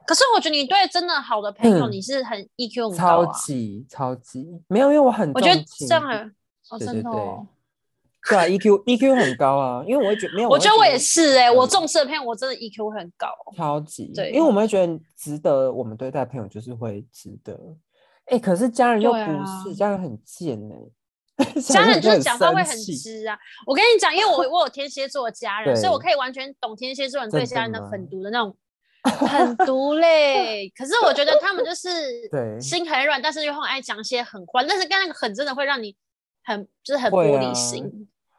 [SPEAKER 1] 可是我觉得你对真的好的朋友，
[SPEAKER 2] 嗯
[SPEAKER 1] 你是很 EQ 很高
[SPEAKER 2] 超
[SPEAKER 1] 啊。
[SPEAKER 2] 级超级没有，因为我很
[SPEAKER 1] 我觉得
[SPEAKER 2] 重情
[SPEAKER 1] 这样很，哦，
[SPEAKER 2] 对
[SPEAKER 1] 真
[SPEAKER 2] 对
[SPEAKER 1] 的
[SPEAKER 2] 对
[SPEAKER 1] 哦。
[SPEAKER 2] 对啊，EQ EQ 很高啊，因为我会觉得没有，
[SPEAKER 1] 我
[SPEAKER 2] 会
[SPEAKER 1] 觉得我也是哎，
[SPEAKER 2] 嗯
[SPEAKER 1] 我重视的朋友，我真的 EQ 很高。
[SPEAKER 2] 超级，
[SPEAKER 1] 对
[SPEAKER 2] 因为我们会觉得值得，我们对待朋友就是会值得。哎、可是家人又不
[SPEAKER 1] 对
[SPEAKER 2] 是，
[SPEAKER 1] 啊
[SPEAKER 2] 家人很贱 哎、
[SPEAKER 1] 家人就是讲话会
[SPEAKER 2] 生
[SPEAKER 1] 很
[SPEAKER 2] 气
[SPEAKER 1] 直啊。我跟你讲， 因为我我有天蝎座的家人，所以我
[SPEAKER 2] 对
[SPEAKER 1] 可以完全懂天蝎座人对
[SPEAKER 2] 真的
[SPEAKER 1] 家人的狠
[SPEAKER 2] 吗
[SPEAKER 1] 毒的那种狠毒嘞。可是我觉得他们就是
[SPEAKER 2] 对
[SPEAKER 1] 心很软，但是又很爱讲一些狠话，但是刚那个狠真的会让你很就是很
[SPEAKER 2] 会
[SPEAKER 1] 玻
[SPEAKER 2] 啊
[SPEAKER 1] 璃心。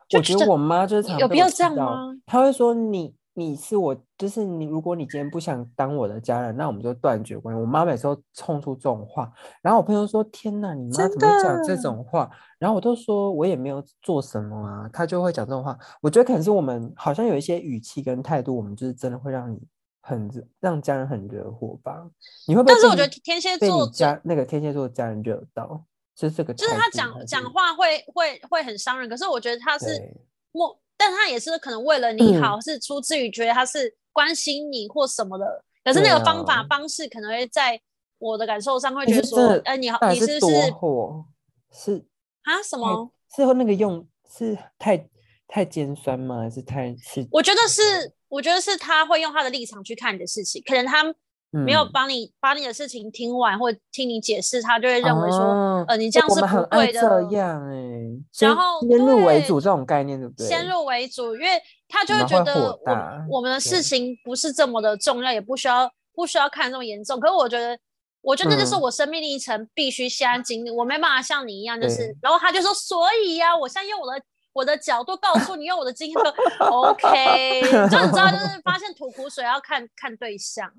[SPEAKER 1] 就
[SPEAKER 2] 我觉
[SPEAKER 1] 觉
[SPEAKER 2] 得
[SPEAKER 1] 得
[SPEAKER 2] 我妈就是常
[SPEAKER 1] 有
[SPEAKER 2] 被
[SPEAKER 1] 必
[SPEAKER 2] 我
[SPEAKER 1] 要
[SPEAKER 2] 气
[SPEAKER 1] 这样
[SPEAKER 2] 到
[SPEAKER 1] 吗？
[SPEAKER 2] 她会说你你是我，就是你，如果你今天不想当我的家人，那我们就断绝关系。我妈每次都冲出这种话，然后我朋友说：“天哪，你妈
[SPEAKER 1] 真
[SPEAKER 2] 怎么会讲
[SPEAKER 1] 的
[SPEAKER 2] 这种话？”然后我都说我也没有做什么啊，她就会讲这种话。我觉得可能是我们好像有一些语气跟态度，我们就是真的会让你很惹让家人很惹火吧？你会不会
[SPEAKER 1] 但
[SPEAKER 2] 被你？
[SPEAKER 1] 是我觉得天蝎
[SPEAKER 2] 被
[SPEAKER 1] 座
[SPEAKER 2] 你
[SPEAKER 1] 最
[SPEAKER 2] 家那个天蝎座的家人惹到，就是这个态
[SPEAKER 1] 就
[SPEAKER 2] 度
[SPEAKER 1] 是
[SPEAKER 2] 还，
[SPEAKER 1] 他讲讲话会会会很伤人，可是我觉得他是
[SPEAKER 2] 对
[SPEAKER 1] 莫，但他也是可能为了你
[SPEAKER 2] 嗯
[SPEAKER 1] 好，是出自于觉得他是关心你或什么的。可是那
[SPEAKER 2] 对
[SPEAKER 1] 个方法、
[SPEAKER 2] 啊
[SPEAKER 1] 方式可能会在我的感受上会
[SPEAKER 2] 你
[SPEAKER 1] 觉
[SPEAKER 2] 是
[SPEAKER 1] 得
[SPEAKER 2] 真
[SPEAKER 1] 说
[SPEAKER 2] 的，
[SPEAKER 1] 哎、你好，
[SPEAKER 2] 到底
[SPEAKER 1] 你是
[SPEAKER 2] 多
[SPEAKER 1] 不是
[SPEAKER 2] 火？是
[SPEAKER 1] 啊什
[SPEAKER 2] 太
[SPEAKER 1] 么？
[SPEAKER 2] 是那个用是太太尖酸吗？还是太是？
[SPEAKER 1] 我觉得是，我觉得是他会用他的立场去看你的事情，可能他没有
[SPEAKER 2] 嗯
[SPEAKER 1] 帮你、把你的事情听完或听你解释，他就会认为说，
[SPEAKER 2] 啊
[SPEAKER 1] 呃，你
[SPEAKER 2] 哎
[SPEAKER 1] 这样
[SPEAKER 2] 我
[SPEAKER 1] 是
[SPEAKER 2] 们很
[SPEAKER 1] 不
[SPEAKER 2] 爱
[SPEAKER 1] 对的。哦
[SPEAKER 2] 这样哎、先
[SPEAKER 1] 后
[SPEAKER 2] 先入为
[SPEAKER 1] 对
[SPEAKER 2] 主这种概念，对不对？
[SPEAKER 1] 先入为主，因为他就会
[SPEAKER 2] 你们
[SPEAKER 1] 觉
[SPEAKER 2] 会
[SPEAKER 1] 得
[SPEAKER 2] 火
[SPEAKER 1] 我
[SPEAKER 2] 大
[SPEAKER 1] 们我们的
[SPEAKER 2] 对
[SPEAKER 1] 事情不是这么的重要，也不需要不需要看这么严重。可是我觉得，我觉得这就是
[SPEAKER 2] 嗯
[SPEAKER 1] 我生命历程必须现在经历，我没办法像你一样，就是
[SPEAKER 2] 对
[SPEAKER 1] 然后他就说，所以呀、我现在用我的。我的角度告诉你，用我的经验说 ，OK，就你知道，就是发现吐苦水要看看对象，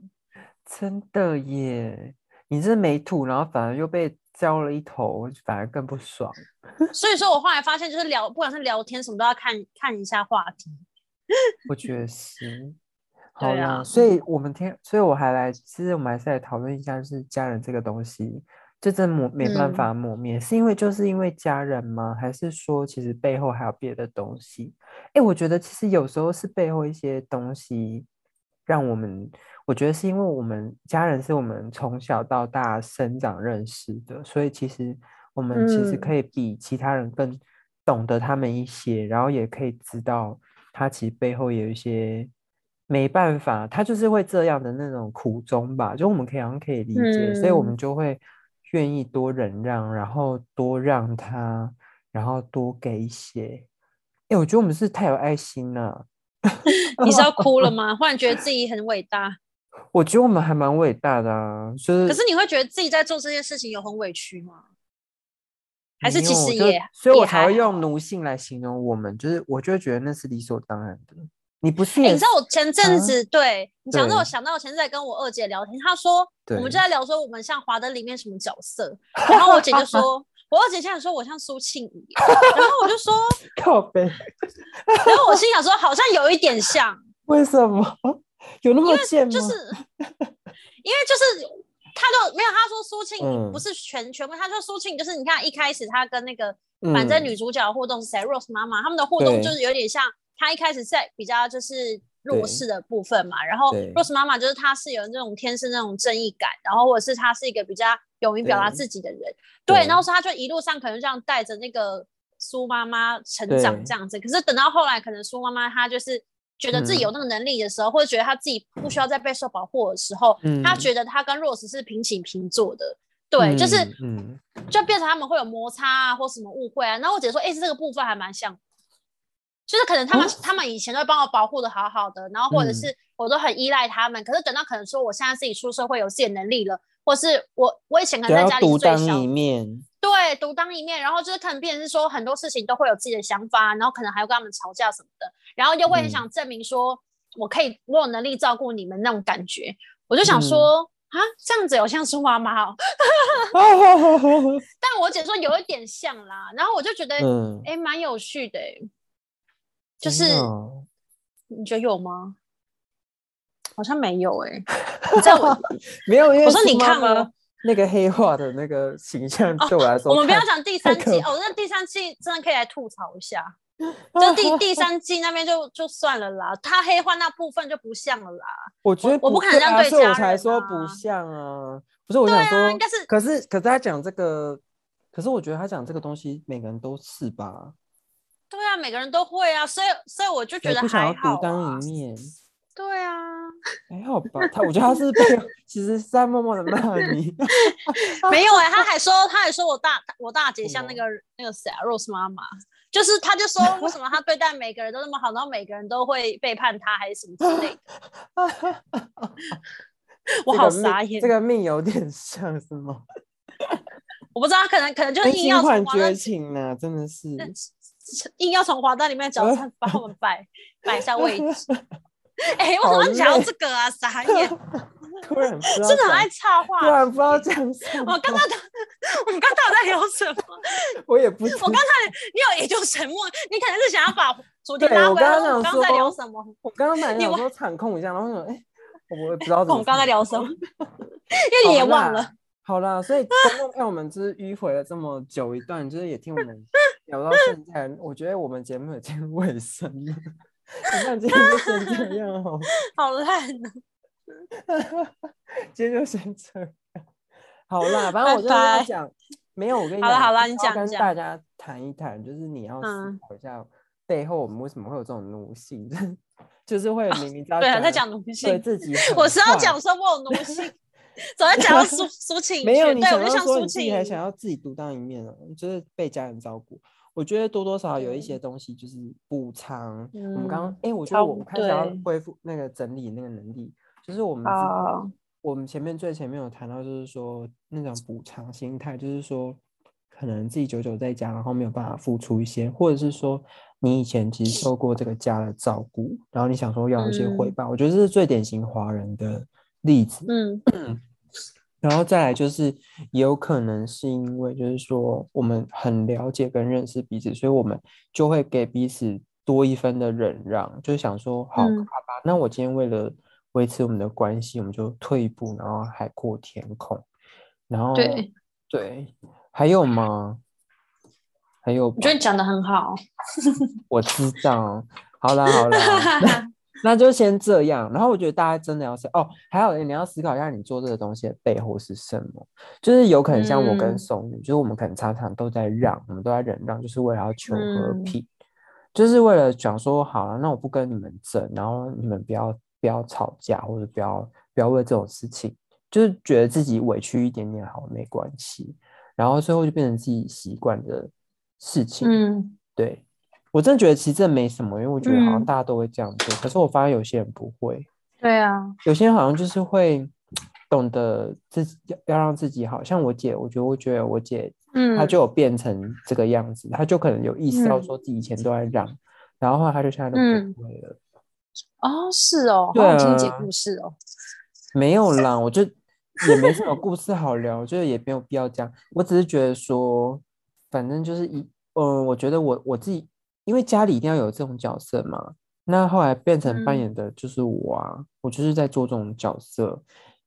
[SPEAKER 2] 真的耶，你这没吐，然后反而又被浇了一头，反而更不爽。
[SPEAKER 1] 所以说我后来发现，就是聊，不管是聊天什么，都要看看一下话题。
[SPEAKER 2] 我觉得是。好
[SPEAKER 1] 对
[SPEAKER 2] 啦，
[SPEAKER 1] 啊
[SPEAKER 2] 所以我们天，所以我还来，其实我们还是来讨论一下，就是家人这个东西，就真磨没办
[SPEAKER 1] 嗯
[SPEAKER 2] 法磨灭，是因为就是因为家人吗？还是说其实背后还有别的东西？哎，我觉得其实有时候是背后一些东西，让我们，我觉得是因为我们家人是我们从小到大生长认识的，所以其实我们其实
[SPEAKER 1] 嗯
[SPEAKER 2] 可以比其他人更懂得他们一些，然后也可以知道他其实背后也有一些没办法，他就是会这样的那种苦衷吧，就我们可以好像可以理解，所以我们
[SPEAKER 1] 嗯
[SPEAKER 2] 就会愿意多忍让，然后多让他，然后多给一些。哎，我觉得我们是太有爱心了。
[SPEAKER 1] 你是要哭了吗？忽然觉得自己很伟大，
[SPEAKER 2] 我觉得我们还蛮伟大的啊，就是
[SPEAKER 1] 可是你会觉得自己在做这件事情有很委屈吗？还是
[SPEAKER 2] 没
[SPEAKER 1] 其
[SPEAKER 2] 有
[SPEAKER 1] 实
[SPEAKER 2] 就
[SPEAKER 1] 也
[SPEAKER 2] 所以
[SPEAKER 1] 也
[SPEAKER 2] 我才
[SPEAKER 1] 还
[SPEAKER 2] 会
[SPEAKER 1] 好
[SPEAKER 2] 用
[SPEAKER 1] 啊
[SPEAKER 2] 奴性来形容我们，就是我就会觉得那是理所当然的。你不是
[SPEAKER 1] 欸
[SPEAKER 2] 也
[SPEAKER 1] 你知道我前阵
[SPEAKER 2] 啊
[SPEAKER 1] 子、对你讲到我
[SPEAKER 2] 对
[SPEAKER 1] 想到我前阵子在跟我二姐聊天，她说我们就
[SPEAKER 2] 对
[SPEAKER 1] 在聊说我们像华灯里面什么角色，然后我姐就说，我二姐现在说我像苏庆怡耶，然后我就说，
[SPEAKER 2] 靠背？
[SPEAKER 1] 然后我心想说好像有一点像，
[SPEAKER 2] 为什么 有那么贱 吗？
[SPEAKER 1] 就是因为就是。她就没有，她说苏庆怡不
[SPEAKER 2] 嗯
[SPEAKER 1] 是全、全部，她说苏庆怡就是你看一开始她跟那个反正
[SPEAKER 2] 嗯
[SPEAKER 1] 女主角的互动是谁？Rose 妈妈，他们的互动
[SPEAKER 2] 对
[SPEAKER 1] 就是有点像她一开始在比较就是弱势的部分嘛。然后
[SPEAKER 2] 对
[SPEAKER 1] Rose 妈妈就是她是有那种天生那种正义感，然后或者是她是一个比较勇于表达
[SPEAKER 2] 对
[SPEAKER 1] 自己的人，
[SPEAKER 2] 对
[SPEAKER 1] 对。然后所以她就一路上可能这样带着那个苏妈妈成长
[SPEAKER 2] 对
[SPEAKER 1] 这样子。可是等到后来，可能苏妈妈她就是。觉得自己有
[SPEAKER 2] 嗯
[SPEAKER 1] 那个能力的时候，或者觉得她自己不需要再被受保护的时候，
[SPEAKER 2] 嗯
[SPEAKER 1] 她觉得她跟 Rose 是平起平坐的。对，就是
[SPEAKER 2] 嗯，
[SPEAKER 1] 就变成他们会有摩擦啊，或什么误会啊。然后我姐说，哎、这个部分还蛮像，就是可能
[SPEAKER 2] 哦
[SPEAKER 1] 他们、他们以前都帮我保护的好好的，然后
[SPEAKER 2] 嗯
[SPEAKER 1] 或者是我都很依赖他们。可是等到可能说我现在自己出社会有自己的能力了，或是我我以前可
[SPEAKER 2] 对，
[SPEAKER 1] 能在
[SPEAKER 2] 要
[SPEAKER 1] 家里
[SPEAKER 2] 独
[SPEAKER 1] 是最
[SPEAKER 2] 当
[SPEAKER 1] 小
[SPEAKER 2] 一 面，
[SPEAKER 1] 对，独当一面，然后就是可能变成是说很多事情都会有自己的想法，啊然后可能还会跟他们吵架什么的，然后又会很
[SPEAKER 2] 嗯
[SPEAKER 1] 想证明说我可以，我有能力照顾你们那种感觉。我就想
[SPEAKER 2] 嗯
[SPEAKER 1] 说啊、这样子有像苏妈妈哦，但我姐说有一点像啦，然后我就觉得
[SPEAKER 2] 哦嗯，
[SPEAKER 1] 哎，蛮、有趣的、欸，就
[SPEAKER 2] 真
[SPEAKER 1] 是
[SPEAKER 2] 的哦
[SPEAKER 1] 你觉得有吗？好像没有哎、你在我
[SPEAKER 2] 没有，因为
[SPEAKER 1] 我说你
[SPEAKER 2] 苏妈
[SPEAKER 1] 看
[SPEAKER 2] 妈
[SPEAKER 1] 我
[SPEAKER 2] 那个黑化的那个形象对我来说，
[SPEAKER 1] 我们不要讲第三
[SPEAKER 2] 太
[SPEAKER 1] 季
[SPEAKER 2] 可
[SPEAKER 1] 哦，那第三季真的可以来吐槽一 下。
[SPEAKER 2] 讲
[SPEAKER 1] 就第第三季那边就就算了啦，他黑化那部分就不像了啦。
[SPEAKER 2] 我觉得
[SPEAKER 1] 我不可能
[SPEAKER 2] 对
[SPEAKER 1] 这样
[SPEAKER 2] 啊，
[SPEAKER 1] 对
[SPEAKER 2] 所以
[SPEAKER 1] 家
[SPEAKER 2] 我才
[SPEAKER 1] 人
[SPEAKER 2] 说
[SPEAKER 1] 啊
[SPEAKER 2] 不像啊，不是我
[SPEAKER 1] 对
[SPEAKER 2] 想
[SPEAKER 1] 啊，
[SPEAKER 2] 说
[SPEAKER 1] 应，该是
[SPEAKER 2] 可是可是他讲这个，可是我觉得他讲这个东西，每个人都是吧，
[SPEAKER 1] 对啊，每个人都会啊，所以所以我就觉
[SPEAKER 2] 谁
[SPEAKER 1] 得
[SPEAKER 2] 不想要
[SPEAKER 1] 还好啊
[SPEAKER 2] 独当。一面？
[SPEAKER 1] 对啊，
[SPEAKER 2] 还好吧，他我觉得他是被其实是在默默的骂你，
[SPEAKER 1] 没有哎、他还说，他还说我大我大姐像那
[SPEAKER 2] 什
[SPEAKER 1] 个那个谁啊，Rose 妈妈，就是他 就说为什么他对待每个人都那么好，然后每个人都会背叛他还是什么之 类的，我
[SPEAKER 2] 这
[SPEAKER 1] 好
[SPEAKER 2] 个命
[SPEAKER 1] 傻眼。
[SPEAKER 2] 这个命有点像是吗？
[SPEAKER 1] 我不知道，他可能可能就
[SPEAKER 2] 真
[SPEAKER 1] 硬
[SPEAKER 2] 心
[SPEAKER 1] 要
[SPEAKER 2] 换
[SPEAKER 1] 从华
[SPEAKER 2] 绝
[SPEAKER 1] 灯
[SPEAKER 2] 情啊，真的是，
[SPEAKER 1] 硬要从华灯里面的角色把我们 摆摆下位置。哎、为什
[SPEAKER 2] 好
[SPEAKER 1] 么要讲到
[SPEAKER 2] 累啊
[SPEAKER 1] 这个啊？傻 眼，
[SPEAKER 2] 突然不知道
[SPEAKER 1] 真的很
[SPEAKER 2] 讲
[SPEAKER 1] 爱插话
[SPEAKER 2] 突。然不知道讲什么，
[SPEAKER 1] 我刚刚 我们刚到底在聊什么？
[SPEAKER 2] 我也不知
[SPEAKER 1] 我刚才你有一度沉默，你可能是想要把主题
[SPEAKER 2] 对
[SPEAKER 1] 拉
[SPEAKER 2] 我
[SPEAKER 1] 回来。
[SPEAKER 2] 刚
[SPEAKER 1] 说我刚
[SPEAKER 2] 刚想
[SPEAKER 1] 才聊
[SPEAKER 2] 说
[SPEAKER 1] 什么？
[SPEAKER 2] 我 刚刚本来
[SPEAKER 1] 你
[SPEAKER 2] 想
[SPEAKER 1] 忘
[SPEAKER 2] 说场控一下，然后想哎、我也不知道 怎
[SPEAKER 1] 我
[SPEAKER 2] 么
[SPEAKER 1] 们刚才
[SPEAKER 2] 说
[SPEAKER 1] 聊什么？因为 你也忘了。。
[SPEAKER 2] 好啦，所以观众看我们就是迂回了这么久一段， 就是也听我们聊到现在，我觉得我们节目已经尾声了。 你看今天就先这样哦，
[SPEAKER 1] 好烂哦！
[SPEAKER 2] 今天就先这样。好啦，反正我就是要
[SPEAKER 1] 拜
[SPEAKER 2] 讲，没有我跟你
[SPEAKER 1] 好啦
[SPEAKER 2] 讲
[SPEAKER 1] 好啦
[SPEAKER 2] 就是
[SPEAKER 1] 你
[SPEAKER 2] 要
[SPEAKER 1] 讲
[SPEAKER 2] 跟
[SPEAKER 1] 讲
[SPEAKER 2] 大家谈一谈，就是你要思
[SPEAKER 1] 嗯
[SPEAKER 2] 考一下背后我们为什么会有这种奴性， 就是就是会明明知道
[SPEAKER 1] 对啊，
[SPEAKER 2] 讲
[SPEAKER 1] 在
[SPEAKER 2] 得
[SPEAKER 1] 讲奴
[SPEAKER 2] 对
[SPEAKER 1] 性，
[SPEAKER 2] 自己很
[SPEAKER 1] 我是要
[SPEAKER 2] 坏
[SPEAKER 1] 讲说我有奴性，总要讲到 苏苏庆，
[SPEAKER 2] 没有，你
[SPEAKER 1] 对
[SPEAKER 2] 想
[SPEAKER 1] 我
[SPEAKER 2] 要
[SPEAKER 1] 就像
[SPEAKER 2] 说
[SPEAKER 1] 苏
[SPEAKER 2] 你自己还
[SPEAKER 1] 庆，
[SPEAKER 2] 想要自己独当一面哦，就是被家人照顾。我觉得多多少少有一些东西就是补偿。我们刚刚
[SPEAKER 1] 嗯
[SPEAKER 2] 哎，我觉得
[SPEAKER 1] 差
[SPEAKER 2] 我
[SPEAKER 1] 不
[SPEAKER 2] 我开始要
[SPEAKER 1] 对
[SPEAKER 2] 恢复那个整理那个能力，就是我们之
[SPEAKER 1] 哦
[SPEAKER 2] 我们前面最前面有谈到，就是说那种补偿心态，就是说可能自己久久在家，然后没有办法付出一些，或者是说你以前其实受过这个家的照顾，然后你想说要有一些回
[SPEAKER 1] 嗯
[SPEAKER 2] 报，我觉得这是最典型华人的例子。
[SPEAKER 1] 嗯
[SPEAKER 2] 然后再来就是，也有可能是因为就是说我们很了解跟认识彼此，所以我们就会给彼此多一分的忍让，就是想说，好，
[SPEAKER 1] 嗯
[SPEAKER 2] 好吧，那我今天为了维持我们的关系，我们就退一步，然后海阔天空。然后
[SPEAKER 1] 对，
[SPEAKER 2] 对，还有吗？还有吧，
[SPEAKER 1] 我觉得你讲的很好，
[SPEAKER 2] 我知道。好啦好 啦，那就先这样。然后我觉得大家真的要思哦，还有你要思考一下，你做这个东西的背后是什么。就是有可能像我跟
[SPEAKER 1] 嗯
[SPEAKER 2] 怂女，就是我们可能常常都在让，我们都在忍让，就是为了要求和
[SPEAKER 1] 嗯
[SPEAKER 2] 平，就是为了想说好了，那我不跟你们争，然后你们不要不要吵架，或者不要不要为这种事情，就是觉得自己委屈一点点好没关系，然后最后就变成自己习惯的事情。
[SPEAKER 1] 嗯，
[SPEAKER 2] 对，我真的觉得其实这没什么，因为我觉得好像
[SPEAKER 1] 嗯
[SPEAKER 2] 大家都会这样做，可是我发现有些人不会，
[SPEAKER 1] 对啊，
[SPEAKER 2] 有些人好像就是会懂得自己要要让自己好，像我姐，我觉得我觉得我姐
[SPEAKER 1] 嗯，
[SPEAKER 2] 她就有变成这个样子，她就可能有意识到
[SPEAKER 1] 嗯
[SPEAKER 2] 说自己以前都在让，然后后来她就现在都
[SPEAKER 1] 嗯
[SPEAKER 2] 不会了，
[SPEAKER 1] 哦是哦，好
[SPEAKER 2] 对啊
[SPEAKER 1] 想听姐故事哦，
[SPEAKER 2] 没有啦，我就也没什么故事好聊，就是也没有必要这样，我只是觉得说，反正就是一，嗯，我觉得我我自己，因为家里一定要有这种角色嘛，那后来变成扮
[SPEAKER 1] 嗯
[SPEAKER 2] 演的就是我啊，我就是在做这种角色，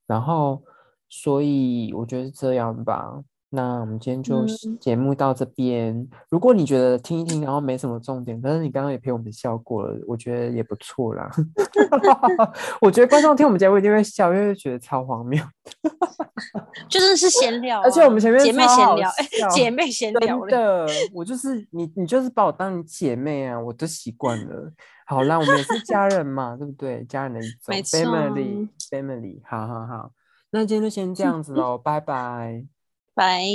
[SPEAKER 2] 然后所以我觉得是这样吧。那我们今天就
[SPEAKER 1] 嗯
[SPEAKER 2] 是节目到这边。如果你觉得听一听，然后没什么重点，但是你刚刚也陪我们笑过了，我觉得也不错啦。 我觉得观众听我们节目一定会笑，因为觉得超荒谬。
[SPEAKER 1] 就是是闲聊啊、
[SPEAKER 2] 而且我们前面
[SPEAKER 1] 哦姐妹
[SPEAKER 2] 超
[SPEAKER 1] 闲
[SPEAKER 2] 好
[SPEAKER 1] 聊，哎、
[SPEAKER 2] 笑
[SPEAKER 1] 姐妹闲聊
[SPEAKER 2] 真
[SPEAKER 1] 嘞，
[SPEAKER 2] 的，我就是你，你就是把我当你姐妹啊，我都习惯了。好啦，我们也是家人嘛，对不对？家人的一种
[SPEAKER 1] 没错嗯
[SPEAKER 2] ，family，family，好好好。那今天就先这样子喽，拜拜。
[SPEAKER 1] 拜。